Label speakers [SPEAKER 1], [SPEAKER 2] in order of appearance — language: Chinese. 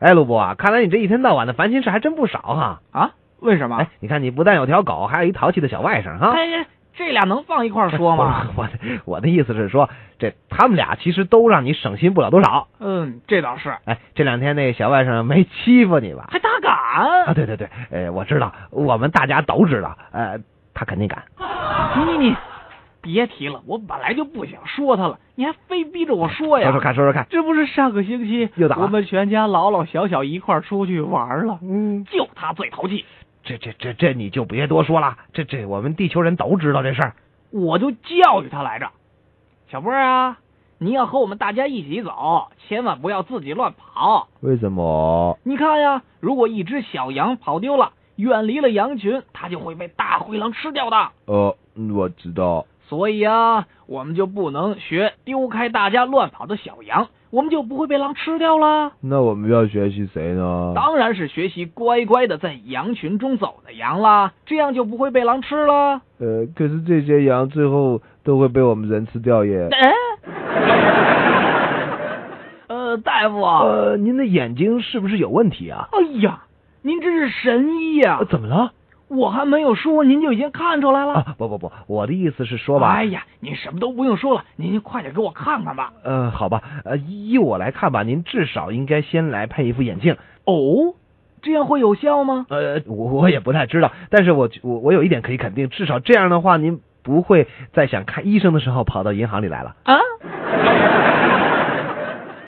[SPEAKER 1] 哎，卢博啊，看来你这一天到晚的烦心事还真不少哈。
[SPEAKER 2] 啊？为什么？
[SPEAKER 1] 哎，你看你不但有条狗，还有一淘气的小外甥哈。
[SPEAKER 2] 哎呀，这俩能放一块儿说吗？
[SPEAKER 1] 不是哎 我的我的意思是说，这他们俩其实都让你省心不了多少。
[SPEAKER 2] 嗯，这倒是。
[SPEAKER 1] 哎，这两天那小外甥没欺负你吧？
[SPEAKER 2] 还他
[SPEAKER 1] 啊，
[SPEAKER 2] 敢？
[SPEAKER 1] 对对对，呃，我知道，我们大家都知道，呃，他肯定敢。
[SPEAKER 2] 你你你，别提了，我本来就不想说他了，你还非逼着我说
[SPEAKER 1] 说说
[SPEAKER 2] 呀。
[SPEAKER 1] 看，说说看。
[SPEAKER 2] 这不是上个星期
[SPEAKER 1] 又打
[SPEAKER 2] 我们全家老老小小一块儿出去玩了，
[SPEAKER 1] 嗯，
[SPEAKER 2] 就他最淘气，
[SPEAKER 1] 这这这这你就别多说了，这这我们地球人都知道这事儿。
[SPEAKER 2] 我就教育他来着。小波啊，你要和我们大家一起走，千万不要自己乱跑。
[SPEAKER 1] 为什么？
[SPEAKER 2] 你看呀，如果一只小羊跑丢了，远离了羊群，它就会被大灰狼吃掉的。
[SPEAKER 1] 呃，我知道。
[SPEAKER 2] 所以啊，我们就不能学丢开大家乱跑的小羊，我们就不会被狼吃掉啦。
[SPEAKER 1] 那我们要学习谁呢
[SPEAKER 2] 当然是学习乖乖的在羊群中走的羊啦，这样就不会被狼吃了。
[SPEAKER 1] 呃，可是这些羊最后都会被我们人吃掉耶。
[SPEAKER 2] 哎， 呃，大夫，哎
[SPEAKER 1] 呃，您的眼睛是不是有问题啊？
[SPEAKER 2] 呀，您真是神医呀、
[SPEAKER 1] 呃怎么了？
[SPEAKER 2] 我还没有说，您就已经看出来了。
[SPEAKER 1] 啊，不不不，我的意思是说吧，
[SPEAKER 2] 哎呀，您什么都不用说了，您就快点给我看看吧。
[SPEAKER 1] 呃，好吧，呃，依我来看吧，您至少应该先来配一副眼镜。
[SPEAKER 2] 哦，这样会有效吗？
[SPEAKER 1] 呃，我我也不太知道，但是我我我有一点可以肯定，至少这样的话，您不会在想看医生的时候跑到银行里来了。
[SPEAKER 2] 啊？